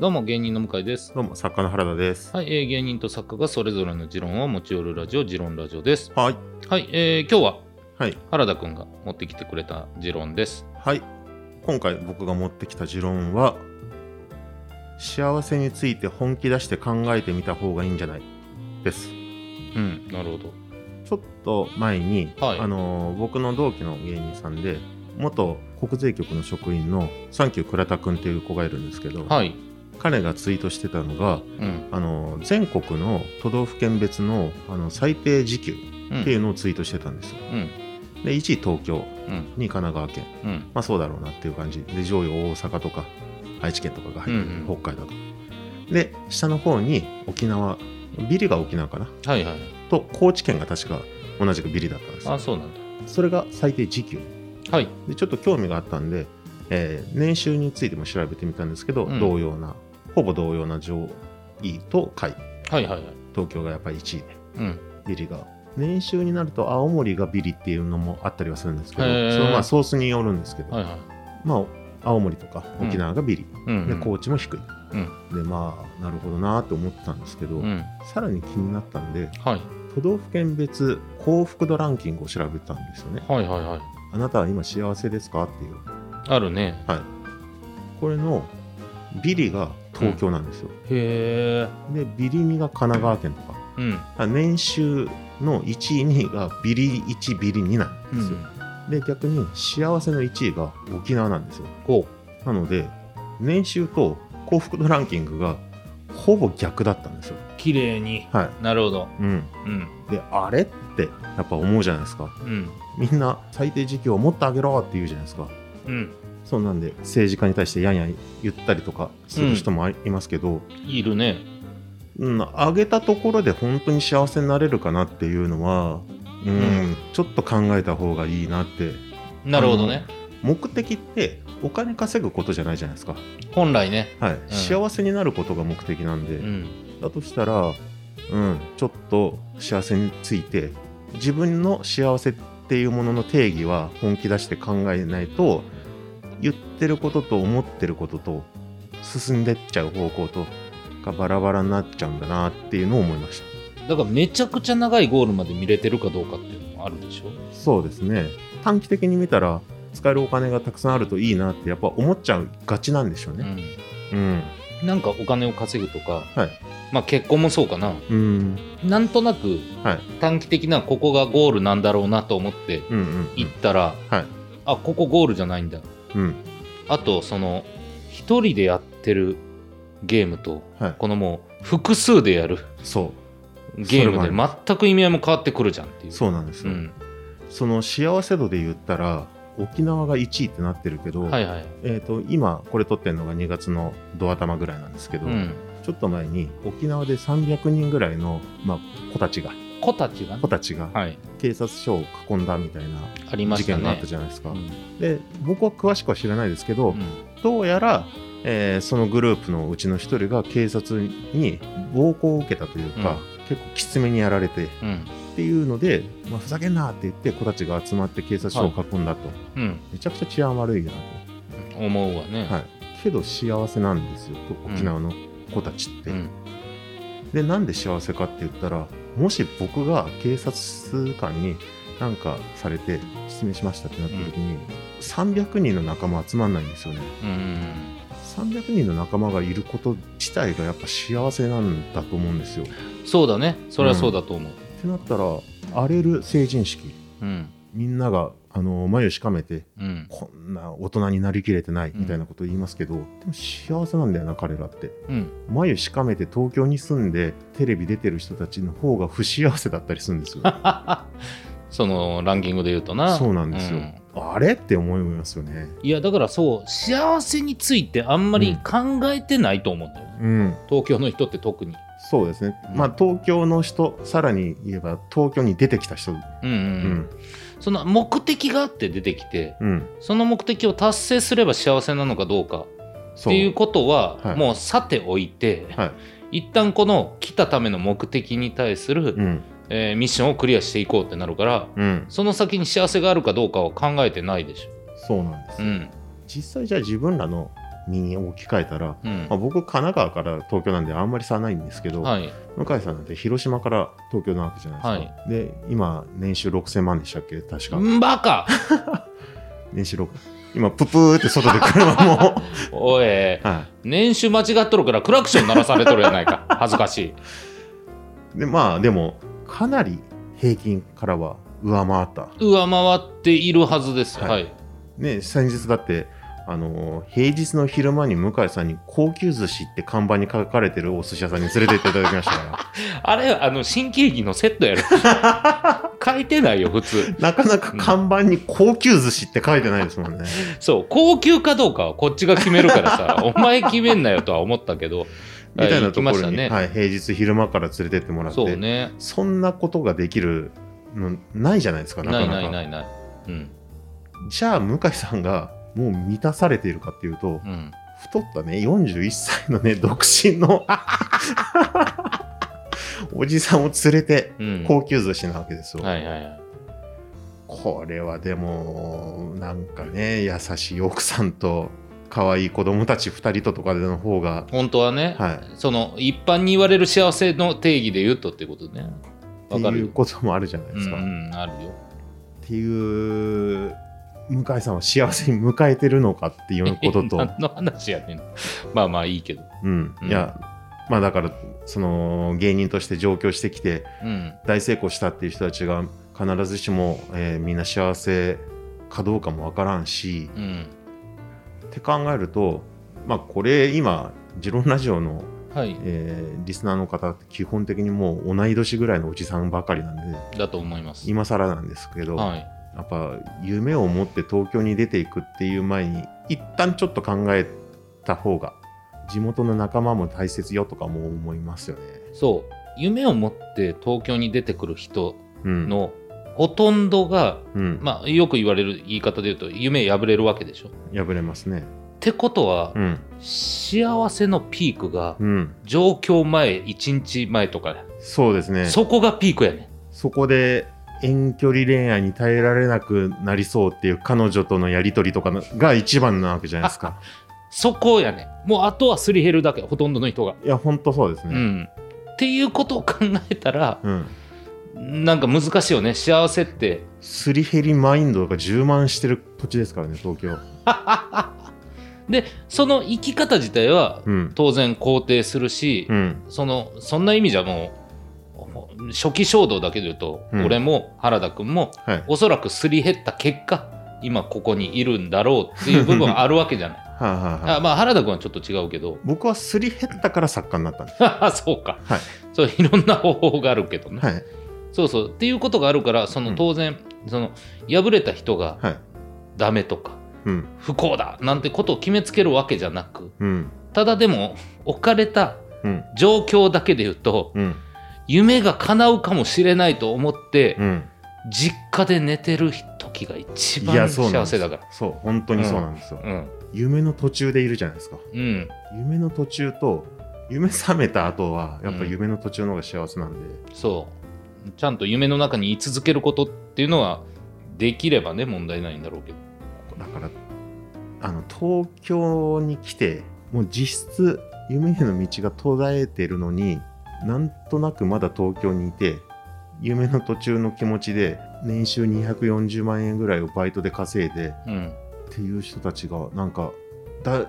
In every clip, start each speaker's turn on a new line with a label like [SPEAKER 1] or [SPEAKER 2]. [SPEAKER 1] どうも芸人の向井です。
[SPEAKER 2] どうも、作家の原田です。
[SPEAKER 1] はい、えー芸人と作家がそれぞれの持論を持ち寄るラジオ、持論ラジオです。
[SPEAKER 2] はい。
[SPEAKER 1] はい、えー今日は
[SPEAKER 2] はい。
[SPEAKER 1] 原田くんが持ってきてくれた持論です。
[SPEAKER 2] はい。今回僕が持ってきた持論は、幸せについて本気出して考えてみた方がいいんじゃないです。
[SPEAKER 1] うん、なるほど。
[SPEAKER 2] ちょっと前に、
[SPEAKER 1] はい
[SPEAKER 2] あのー僕の同期の芸人さんで、元国税局の職員のサンキュー倉田くんっていう子がいるんですけど、
[SPEAKER 1] はい、
[SPEAKER 2] 彼がツイートしてたのが、
[SPEAKER 1] うん、
[SPEAKER 2] あのー全国の都道府県別のあの最低時給
[SPEAKER 1] うん、
[SPEAKER 2] っていうのをツイートしてたんですよ。
[SPEAKER 1] うん、
[SPEAKER 2] で、1位東京、
[SPEAKER 1] うん、
[SPEAKER 2] 2位神奈川県、
[SPEAKER 1] うん、
[SPEAKER 2] まあそうだろうなっていう感じで上位大阪とか愛知県とかが入ってる、
[SPEAKER 1] うんうん
[SPEAKER 2] 北海道とかで下の方に沖縄ビリが沖縄かな
[SPEAKER 1] はいはい。
[SPEAKER 2] と高知県が確か同じくビリだったんです
[SPEAKER 1] あ、
[SPEAKER 2] よ
[SPEAKER 1] そうなん
[SPEAKER 2] それが最低時給
[SPEAKER 1] だ。はい、
[SPEAKER 2] でちょっと興味があったんで、えー年収についても調べてみたんですけど、
[SPEAKER 1] うん
[SPEAKER 2] 同様なほぼ同様な上位と下位
[SPEAKER 1] はいはいはい。
[SPEAKER 2] 東京がやっぱり1位で
[SPEAKER 1] うん、
[SPEAKER 2] ビリが年収になると青森がビリっていうのもあったりはするんですけ
[SPEAKER 1] へ
[SPEAKER 2] ど
[SPEAKER 1] ー
[SPEAKER 2] それはまあソースによるんですけど、
[SPEAKER 1] はいはい。
[SPEAKER 2] まあ青森とか沖縄がビリ、
[SPEAKER 1] うん、
[SPEAKER 2] で
[SPEAKER 1] うん、
[SPEAKER 2] 高知も低い、
[SPEAKER 1] う
[SPEAKER 2] でまあなるほどなと思ってたんですけど、
[SPEAKER 1] うん、
[SPEAKER 2] さらに気になったんで
[SPEAKER 1] はい、
[SPEAKER 2] 都道府県別幸福度ランキングを調べたんですよね
[SPEAKER 1] はいはいはい。
[SPEAKER 2] あなたは今幸せですかっていう
[SPEAKER 1] あるね。
[SPEAKER 2] これのビリが東京なんですよ、
[SPEAKER 1] へえ、
[SPEAKER 2] でビリ2が神奈川県とか
[SPEAKER 1] うん、
[SPEAKER 2] あ年収の1位2位がビリ1ビリ2なん
[SPEAKER 1] う
[SPEAKER 2] ですよ、
[SPEAKER 1] ん、
[SPEAKER 2] で逆に幸せの1位が沖縄なんですよ
[SPEAKER 1] こ
[SPEAKER 2] なので年収と幸福度ランキングがほぼ逆だったんですよ
[SPEAKER 1] う、綺麗に。
[SPEAKER 2] はい
[SPEAKER 1] なるほど。
[SPEAKER 2] うん
[SPEAKER 1] うん、
[SPEAKER 2] であれってやっぱ思うじゃないですか
[SPEAKER 1] うん、
[SPEAKER 2] みんな最低時給をもっと上げろって言うじゃないですか
[SPEAKER 1] うん、
[SPEAKER 2] そうなんで政治家に対してやんやん言ったりとかする人もあいいますけど、
[SPEAKER 1] いるね。
[SPEAKER 2] うん、上げたところで本当に幸せになれるかなっていうのはうん、ちょっと考えた方がいいなって
[SPEAKER 1] なるほどね。
[SPEAKER 2] 目的ってお金稼ぐことじゃないじゃないですか、
[SPEAKER 1] 本来ね、
[SPEAKER 2] はい幸せになることが目的なんで、
[SPEAKER 1] うん、
[SPEAKER 2] だとしたら、うん、ちょっと幸せについて自分の幸せっていうものの定義は本気出して考えないと言ってることと思ってることと進んでっちゃう方向とがバラバラになっちゃうんだなっていうのを思いまし
[SPEAKER 1] だからめちゃくちゃ長いゴールまで見れてるかどうかっていうのもあるでしょ
[SPEAKER 2] たそうですね短期的に見たら使えるお金がたくさんあるといいなってやっぱ思っちゃうがちなんでしょうねうん
[SPEAKER 1] うん、なんかお金を稼ぐとか、
[SPEAKER 2] はい
[SPEAKER 1] まあ結婚もそうかな
[SPEAKER 2] うんうん
[SPEAKER 1] なんとなく
[SPEAKER 2] はい
[SPEAKER 1] 短期的なここがゴールなんだろうなと思って
[SPEAKER 2] うんうん
[SPEAKER 1] 行ったら、
[SPEAKER 2] はい
[SPEAKER 1] あここゴールじゃないんだ
[SPEAKER 2] うん
[SPEAKER 1] あとその一人でやってるゲームと
[SPEAKER 2] はい
[SPEAKER 1] このもう複数でやる
[SPEAKER 2] そ
[SPEAKER 1] ゲーム
[SPEAKER 2] そ
[SPEAKER 1] で
[SPEAKER 2] れも
[SPEAKER 1] 全く意味合いも変わってくるじゃんっていうう
[SPEAKER 2] そうなんです
[SPEAKER 1] う
[SPEAKER 2] よ、
[SPEAKER 1] ん、
[SPEAKER 2] その幸せ度で言ったら沖縄が1位ってなってるけど、
[SPEAKER 1] はいはい
[SPEAKER 2] えー、と今これ撮ってるのが2月のドア玉ぐらいなんですけど、
[SPEAKER 1] うん
[SPEAKER 2] ちょっと前に沖縄で300人ぐらいの、まあ、子たちが
[SPEAKER 1] 子たちがね
[SPEAKER 2] 子たちが
[SPEAKER 1] はい
[SPEAKER 2] 警察署を囲んだみたい
[SPEAKER 1] あり
[SPEAKER 2] な
[SPEAKER 1] ま
[SPEAKER 2] 事
[SPEAKER 1] した
[SPEAKER 2] 件があ
[SPEAKER 1] ね
[SPEAKER 2] ったじゃないですか、
[SPEAKER 1] うん
[SPEAKER 2] で僕は詳しくは知らないですけ
[SPEAKER 1] う
[SPEAKER 2] ど、
[SPEAKER 1] ん
[SPEAKER 2] どうやら、えーそのグループのうちの1人が警察に暴行を受けたというか、結構きつめにやられてっ
[SPEAKER 1] うん
[SPEAKER 2] ていうので、まあ、ふざけんなって言って子たちが集まって警察署を囲んだと、
[SPEAKER 1] うん、
[SPEAKER 2] めちゃくちゃ治安悪いなと。
[SPEAKER 1] 思うわね、
[SPEAKER 2] はい、けど幸せなんですよ沖縄の子たちって、
[SPEAKER 1] うん
[SPEAKER 2] でなんで幸せかって言ったらもし僕が警察官に何かされて失明しましたってなった時に、300人の仲間集まんないんですよね
[SPEAKER 1] うん
[SPEAKER 2] 300人の仲間がいること自体がやっぱ幸せなんだと思うんですよっ
[SPEAKER 1] そうだねそれはそうだと思う、
[SPEAKER 2] てなったら荒れる成人式
[SPEAKER 1] うん
[SPEAKER 2] みんながあの眉しかめて
[SPEAKER 1] うん
[SPEAKER 2] こんな大人になりきれてないみたいなことを言いますけど、でも幸せなんだよな彼らって
[SPEAKER 1] うん、
[SPEAKER 2] 眉しかめて東京に住んでテレビ出てる人たちの方が不幸せだったりするん ですよ。
[SPEAKER 1] そのランキングで言うとな
[SPEAKER 2] そうなんですよ。
[SPEAKER 1] ん
[SPEAKER 2] あれって思いますよね。
[SPEAKER 1] いやだからそう幸せについてあんまり考えてないと思うんだよね、
[SPEAKER 2] うん、
[SPEAKER 1] 東京の人って特に
[SPEAKER 2] そうですね。
[SPEAKER 1] うん
[SPEAKER 2] まあ東京の人、さらに言えば東京に出てきた人、
[SPEAKER 1] うんうん
[SPEAKER 2] う
[SPEAKER 1] うん
[SPEAKER 2] ん、
[SPEAKER 1] その目的があって出てきて
[SPEAKER 2] うん、
[SPEAKER 1] その目的を達成すれば幸せなのかどうかっ
[SPEAKER 2] そ
[SPEAKER 1] ていうことは、
[SPEAKER 2] はい
[SPEAKER 1] もうさておいて、
[SPEAKER 2] は
[SPEAKER 1] 一旦この来たための目的に対する、
[SPEAKER 2] うん、
[SPEAKER 1] えーミッションをクリアしていこうってなるから
[SPEAKER 2] うん、
[SPEAKER 1] その先に幸せがあるかどうかは考えてないでしょ。
[SPEAKER 2] そうなんです。
[SPEAKER 1] うん。
[SPEAKER 2] 実際じゃあ自分らのに置き換えたら、
[SPEAKER 1] うん
[SPEAKER 2] まあ、僕神奈川から東京なんであんまり差ないんですけど、
[SPEAKER 1] はい
[SPEAKER 2] 向井さんなんて広島から東京なわけじゃないですか、で今年収6000万でしたっけ確か、
[SPEAKER 1] んバカ
[SPEAKER 2] 年収6今ププーって外で 車も
[SPEAKER 1] おい
[SPEAKER 2] は
[SPEAKER 1] 年収間違っとるからクラクション鳴らされとるやないか 恥ずかしい
[SPEAKER 2] いでまあでもかなり平均からは上回った
[SPEAKER 1] 上回っているはずです
[SPEAKER 2] はい
[SPEAKER 1] はい
[SPEAKER 2] ね先日だってあのー平日の昼間に向井さんに高級寿司って看板に書かれてるお寿司屋さんに連れてっていただきましたか
[SPEAKER 1] あれあの新喜劇のセットやろ 書いてないよ普通
[SPEAKER 2] らなかなか看板に高級寿司って書いてないですもんね
[SPEAKER 1] そう高級かどうかはこっちが決めるから さお前決めんなよとは思ったけど
[SPEAKER 2] みたい
[SPEAKER 1] は
[SPEAKER 2] ない
[SPEAKER 1] 行き
[SPEAKER 2] とこ
[SPEAKER 1] ま
[SPEAKER 2] ろ
[SPEAKER 1] した
[SPEAKER 2] に、
[SPEAKER 1] ね
[SPEAKER 2] はい、平日昼間から連れてってもらって
[SPEAKER 1] そうね
[SPEAKER 2] そんなことができるのないじゃないですかなか
[SPEAKER 1] な
[SPEAKER 2] ない
[SPEAKER 1] な
[SPEAKER 2] か
[SPEAKER 1] いないないうん
[SPEAKER 2] じゃあ向井さんがもう満たされているかっていうと、
[SPEAKER 1] うん
[SPEAKER 2] 太ったね41歳のね独身のおじさんを連れて
[SPEAKER 1] うん
[SPEAKER 2] 高級寿司なわけですよ、
[SPEAKER 1] はいはいはい
[SPEAKER 2] これはでもなんかね優しい奥さんと可愛い子供たち2人ととかでの方が
[SPEAKER 1] 本当はね、
[SPEAKER 2] はい
[SPEAKER 1] その一般に言われる幸せの定義で言うとっていうことね
[SPEAKER 2] って
[SPEAKER 1] わかる
[SPEAKER 2] い
[SPEAKER 1] よ
[SPEAKER 2] うこともあるじゃないですか、
[SPEAKER 1] う
[SPEAKER 2] っ
[SPEAKER 1] んうん、あるよ
[SPEAKER 2] ていう向井さんは幸せに迎えてるのかっていうこと と、
[SPEAKER 1] 何の話やねんまあまあいいけど
[SPEAKER 2] うん、いやまあだからその芸人として上京してきて
[SPEAKER 1] うん
[SPEAKER 2] 大成功したっていう人たちが必ずしも、えーみんな幸せかどうかもわからんし
[SPEAKER 1] うん
[SPEAKER 2] って考えるとまあこれ今ジロンラジオの、
[SPEAKER 1] はい
[SPEAKER 2] えーリスナーの方って基本的にもう同い年ぐらいのおじさんばかりなんで
[SPEAKER 1] だと思います
[SPEAKER 2] 今更なんですけど、
[SPEAKER 1] はい
[SPEAKER 2] やっぱ夢を持って東京に出ていくっていう前に一旦ちょっと考えた方が地元の仲間も大切よとかも思いますよね。
[SPEAKER 1] そう夢を持って東京に出てくる人
[SPEAKER 2] うん、
[SPEAKER 1] のほとんどが、
[SPEAKER 2] うん
[SPEAKER 1] まあ、よく言われる言い方で言うと夢破れるわけでしょっ
[SPEAKER 2] 破れますね。
[SPEAKER 1] てことは、
[SPEAKER 2] うん、
[SPEAKER 1] 幸せのピークが
[SPEAKER 2] うん、
[SPEAKER 1] 上京前1日前とか、
[SPEAKER 2] そうですね。
[SPEAKER 1] そこがピークやね
[SPEAKER 2] そこで遠距離恋愛に耐えられなくなりそうっていう彼女とのやり取りとかのが一番なわけじゃないですか。
[SPEAKER 1] そこやねもうあとはすり減るだけほとんどの人が、
[SPEAKER 2] いや、ほんとそうです
[SPEAKER 1] う
[SPEAKER 2] ね。
[SPEAKER 1] んっていうことを考えたら
[SPEAKER 2] うん。
[SPEAKER 1] なんか難しいよね幸せって
[SPEAKER 2] すり減りマインドが充満してる土地ですからね、東京。
[SPEAKER 1] でその生き方自体は
[SPEAKER 2] うん。
[SPEAKER 1] 当然肯定するし、
[SPEAKER 2] うん。
[SPEAKER 1] そのそんな意味じゃもう初期衝動だけで言うと、
[SPEAKER 2] うん
[SPEAKER 1] 俺も原田君も
[SPEAKER 2] はい。
[SPEAKER 1] おそらくすり減った結果今ここにいるんだろうっていう部分はあるわけじゃない
[SPEAKER 2] はあ、はあはあ、
[SPEAKER 1] あまあ原田君はちょっと違うけ ど
[SPEAKER 2] 僕はすり減ったから作家になったんです。
[SPEAKER 1] そうか、
[SPEAKER 2] はい
[SPEAKER 1] そういろんな方法があるけどね、
[SPEAKER 2] はい。
[SPEAKER 1] そうそうっていうことがあるからそうの
[SPEAKER 2] ん
[SPEAKER 1] 当然、その敗れた人が
[SPEAKER 2] はい。
[SPEAKER 1] ダメとか
[SPEAKER 2] うん。
[SPEAKER 1] 不幸だなんてことを決めつけるわけじゃなく
[SPEAKER 2] うん。
[SPEAKER 1] ただでも置かれた
[SPEAKER 2] うん。
[SPEAKER 1] 状況だけで言うと
[SPEAKER 2] うん。
[SPEAKER 1] 夢が叶うかもしれないと思って、
[SPEAKER 2] うん。
[SPEAKER 1] 実家で寝てる時が一
[SPEAKER 2] い
[SPEAKER 1] 番
[SPEAKER 2] やそうなん
[SPEAKER 1] 幸
[SPEAKER 2] です
[SPEAKER 1] せだから
[SPEAKER 2] そう、本当にそうなんですよ。
[SPEAKER 1] うん
[SPEAKER 2] 夢の途中でいるじゃないですか。
[SPEAKER 1] うん
[SPEAKER 2] 夢の途中と、夢覚めた後は、やっぱ夢の途中の方が幸せなんで。
[SPEAKER 1] そうちゃんと夢の中に居続けることっていうのはできればね問題ないんだろうけど
[SPEAKER 2] だからあの東京に来てもう実質夢への道が途絶えてるのになんとなくまだ東京にいて夢の途中の気持ちで年収240万円ぐらいをバイトで稼いで
[SPEAKER 1] うん
[SPEAKER 2] っていう人たちがなんかだ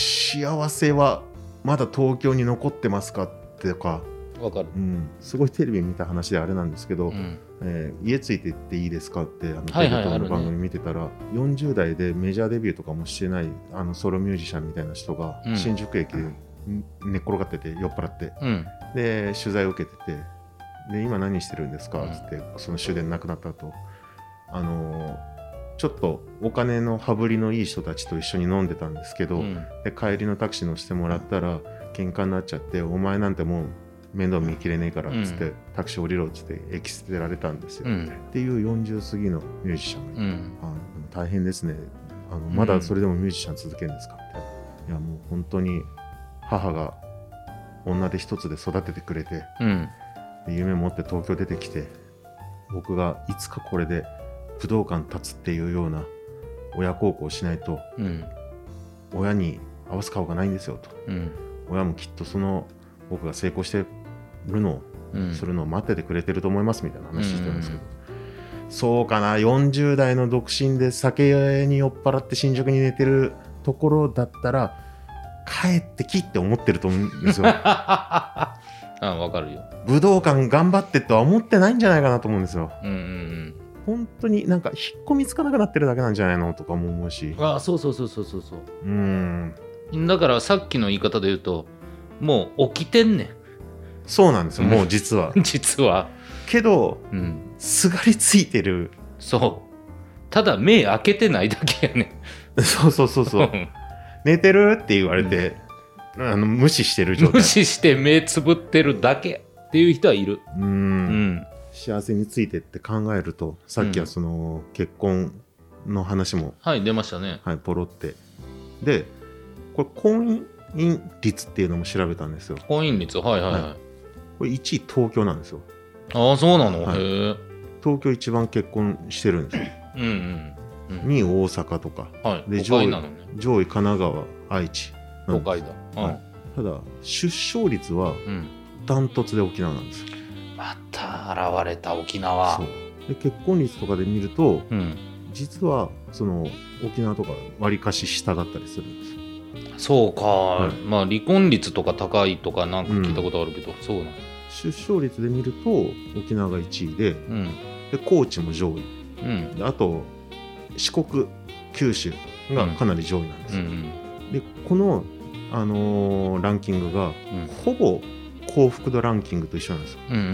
[SPEAKER 2] 幸せはまだ東京に残ってますかってか、
[SPEAKER 1] わかる
[SPEAKER 2] うん、すごいテレビ見た話であれなんですけど、
[SPEAKER 1] うん
[SPEAKER 2] えー家ついてっていいですかってあの
[SPEAKER 1] はい
[SPEAKER 2] テ
[SPEAKER 1] はい
[SPEAKER 2] レ東
[SPEAKER 1] ある
[SPEAKER 2] の
[SPEAKER 1] ね
[SPEAKER 2] 番組見てたら、40代でメジャーデビューとかもしてないあのソロミュージシャンみたいな人が
[SPEAKER 1] うん
[SPEAKER 2] 新宿駅でん寝っ転がってて酔っ払って
[SPEAKER 1] うん
[SPEAKER 2] で取材を受けててで今何してるんですか
[SPEAKER 1] うん
[SPEAKER 2] つってその終電なくなった後あのーちょっとお金の羽振りのいい人たちと一緒に飲んでたんですけ
[SPEAKER 1] う
[SPEAKER 2] ど、
[SPEAKER 1] ん
[SPEAKER 2] で帰りのタクシー乗せてもらったら喧嘩になっちゃって「お前なんてもう面倒見きれねえから」っつって、
[SPEAKER 1] う
[SPEAKER 2] タクシー降りろっつってエキ捨てられたんですよ、
[SPEAKER 1] う
[SPEAKER 2] っ
[SPEAKER 1] ん
[SPEAKER 2] ていう40過ぎのミュージシャンが
[SPEAKER 1] う
[SPEAKER 2] いて、
[SPEAKER 1] ん
[SPEAKER 2] あでも大変ですねあのまだそれでもミュージシャン続けるんですかみたいないやもう本当に母が女手一つで育ててくれて
[SPEAKER 1] うん
[SPEAKER 2] で夢持って東京出てきて僕がいつかこれで武道館立つっていうような親孝行をしないと
[SPEAKER 1] うん
[SPEAKER 2] 親に合わす顔がないんですよと
[SPEAKER 1] うん
[SPEAKER 2] 親もきっとその僕が成功してるのを
[SPEAKER 1] うん
[SPEAKER 2] するのを待っててくれてると思いますみたいな話してるんですけど、そうかな40代の独身で酒に酔っ払って新宿に寝てるところだったら帰ってきって思ってると思うんで すよ
[SPEAKER 1] あわかるよ。
[SPEAKER 2] 武道館頑張ってとは思ってないんじゃないかなと思うんですよ
[SPEAKER 1] うんうん
[SPEAKER 2] 本当になんか引っ込みつかなくなってるだけなんじゃないのとかも思うし
[SPEAKER 1] うん。あそうそうそうそうそうそう。
[SPEAKER 2] うん
[SPEAKER 1] だからさっきの言い方で言うと、もう起きてんね
[SPEAKER 2] そうなんですよもう 実は
[SPEAKER 1] ん、実は。
[SPEAKER 2] けど
[SPEAKER 1] うん。
[SPEAKER 2] すがりついてる
[SPEAKER 1] そう。ただ目開けてないだけやねん。
[SPEAKER 2] そうそうそうそう寝てるって言われて、あの無視してる状
[SPEAKER 1] 無
[SPEAKER 2] 態
[SPEAKER 1] 視して目つぶってるだけっていう人はいる。
[SPEAKER 2] う
[SPEAKER 1] うんん。
[SPEAKER 2] 幸せについてって考えるとさっきはその結婚の話も、
[SPEAKER 1] はい、出ましたね。
[SPEAKER 2] はい、ポロってでこれ婚姻率っていうのも調べたんですよ
[SPEAKER 1] 婚姻率、はいはいはい。
[SPEAKER 2] はこれ1位東京なんですよ
[SPEAKER 1] ああ、そうなの、
[SPEAKER 2] はい
[SPEAKER 1] へえ。
[SPEAKER 2] 東京一番結婚してるん ですよ
[SPEAKER 1] うんうん。うん、
[SPEAKER 2] 2位大阪とか
[SPEAKER 1] はい。
[SPEAKER 2] で
[SPEAKER 1] 都会なのね。
[SPEAKER 2] 上位神奈川愛知なん
[SPEAKER 1] 都
[SPEAKER 2] です
[SPEAKER 1] 会だ。うん。
[SPEAKER 2] はいただ出生率は
[SPEAKER 1] うん。
[SPEAKER 2] ダントツで沖縄なんですよ
[SPEAKER 1] また現れた沖縄。
[SPEAKER 2] そうで結婚率とかで見ると
[SPEAKER 1] うん、
[SPEAKER 2] 実はその沖縄とかわりかし下だったりするんですよ
[SPEAKER 1] そうか、
[SPEAKER 2] い
[SPEAKER 1] まあ離婚率とか高いとかなんか聞いたことあるけど、そうなの
[SPEAKER 2] 出生率で見ると沖縄が1位で
[SPEAKER 1] うん
[SPEAKER 2] で高知も上位
[SPEAKER 1] うん
[SPEAKER 2] であと四国九州がかなり上位なんで
[SPEAKER 1] う
[SPEAKER 2] すよ、
[SPEAKER 1] ん
[SPEAKER 2] でこの、あのーランキングが
[SPEAKER 1] うん
[SPEAKER 2] ほぼ幸福度ランキングと一緒なんですよ
[SPEAKER 1] うんうんうんう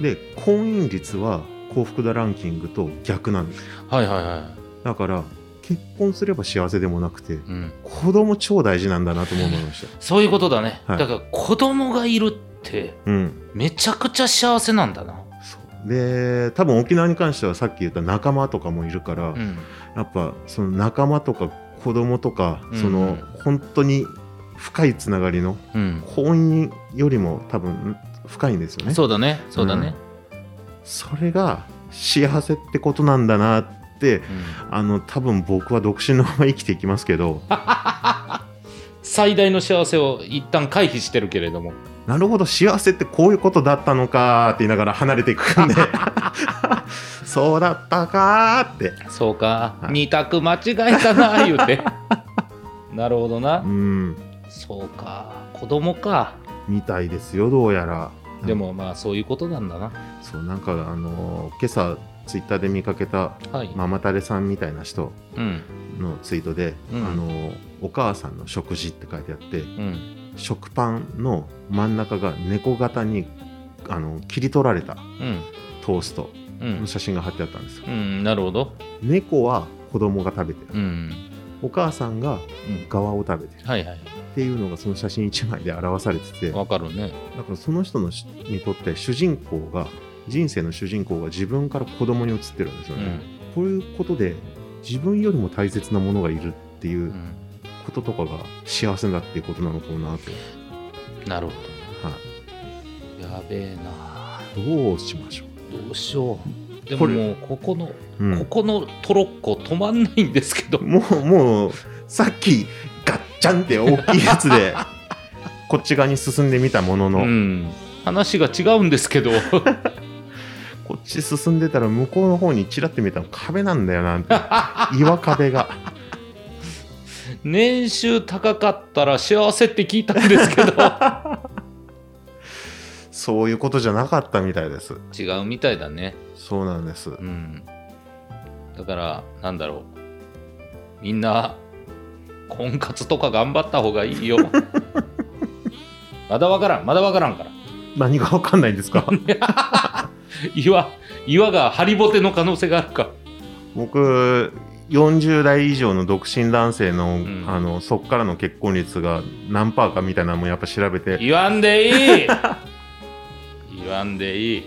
[SPEAKER 1] ん
[SPEAKER 2] で婚姻率は幸福度ランキングと逆なんです
[SPEAKER 1] うんはいはいは
[SPEAKER 2] だから結婚すれば幸せでもなくて
[SPEAKER 1] い、うん、
[SPEAKER 2] 子供超大事なんだなとも思いました
[SPEAKER 1] そういうことだね、
[SPEAKER 2] はい
[SPEAKER 1] だから子供がいるって
[SPEAKER 2] うん
[SPEAKER 1] めちゃくちゃ幸せなんだな
[SPEAKER 2] そうで多分沖縄に関してはさっき言った仲間とかもいるから、
[SPEAKER 1] うん
[SPEAKER 2] やっぱその仲間とか子供とか、
[SPEAKER 1] うん
[SPEAKER 2] その本当に深いつながりの
[SPEAKER 1] うん、
[SPEAKER 2] 婚姻よりも多分深いんですよね
[SPEAKER 1] そうだねそうだね、
[SPEAKER 2] それが幸せってことなんだなって
[SPEAKER 1] うん
[SPEAKER 2] あの多分僕は独身のまま生きていきますけど
[SPEAKER 1] 最大の幸せを一旦回避してるけれども
[SPEAKER 2] なるほど幸せってこういうことだったのかって言いながら離れていく んでそうだったかーって
[SPEAKER 1] そうか、
[SPEAKER 2] はい
[SPEAKER 1] 二択間違えた な言うてなるほどな、
[SPEAKER 2] うん
[SPEAKER 1] そうか子供か
[SPEAKER 2] みたいですよどうやら
[SPEAKER 1] でもまあそういうことなんだな。
[SPEAKER 2] そうなんかあのー今朝ツイッターで見かけた
[SPEAKER 1] はい。
[SPEAKER 2] ママタレさんみたいな人
[SPEAKER 1] うん
[SPEAKER 2] のツイートで、
[SPEAKER 1] うん
[SPEAKER 2] あのお母さんの食事って書いてあって
[SPEAKER 1] うん
[SPEAKER 2] 食パンの真ん中が猫型にあの切り取られた
[SPEAKER 1] うん
[SPEAKER 2] トースト
[SPEAKER 1] うん
[SPEAKER 2] の写真が貼ってあったんですよ
[SPEAKER 1] うんなるほど。
[SPEAKER 2] 猫は子供が食べて
[SPEAKER 1] う
[SPEAKER 2] る
[SPEAKER 1] ん
[SPEAKER 2] お母さんが
[SPEAKER 1] うん
[SPEAKER 2] 側を食べてる
[SPEAKER 1] はいはい
[SPEAKER 2] っていうのがその写真1枚で表されててだか
[SPEAKER 1] わかるね。
[SPEAKER 2] らその人のしにとって主人公が人生の主人公が自分から子供に移ってるんです
[SPEAKER 1] う
[SPEAKER 2] よね、
[SPEAKER 1] ん
[SPEAKER 2] こういうことで自分よりも大切なものがいるっていううんこととかが幸せだっていうことなのかもなと、
[SPEAKER 1] なるほ
[SPEAKER 2] は
[SPEAKER 1] ど。やべえな。
[SPEAKER 2] い、どうしましょ
[SPEAKER 1] どうしよう。で
[SPEAKER 2] こ
[SPEAKER 1] も
[SPEAKER 2] れ
[SPEAKER 1] もうここの、
[SPEAKER 2] う、うん
[SPEAKER 1] ここのトロッコ止まんないんですけど。
[SPEAKER 2] もうもうさっきガッチャンって大きいやつで こっち側に進んでみたものの、
[SPEAKER 1] うん話が違うんですけど。
[SPEAKER 2] こっち進んでたら向こうの方にちらって見たら壁なんだよ なって岩壁が
[SPEAKER 1] 年収高かったら幸せって聞いたんですけど。
[SPEAKER 2] そういうことじゃなかったみたいです
[SPEAKER 1] 違うみたいだね。
[SPEAKER 2] そうなんです
[SPEAKER 1] うん、だからなんだろうみんな婚活とか頑張った方がいいよまだわからんまだわからんから
[SPEAKER 2] 何が分かんないんですか
[SPEAKER 1] 岩岩がハリボテの可能性があるか
[SPEAKER 2] 僕40代以上の独身男性の,、
[SPEAKER 1] ん
[SPEAKER 2] あのそっからの結婚率が何パーかみたいなのもやっぱ調べて
[SPEAKER 1] 言わんでいい言わんでいい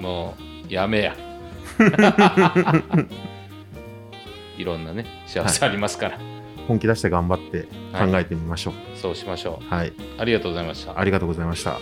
[SPEAKER 1] もうやめや いろんなね幸せありますから、
[SPEAKER 2] 本気出して頑張って
[SPEAKER 1] はい
[SPEAKER 2] 考えてみましょう
[SPEAKER 1] そうしましょ
[SPEAKER 2] はい、
[SPEAKER 1] うありがとうございました
[SPEAKER 2] ありがとうございました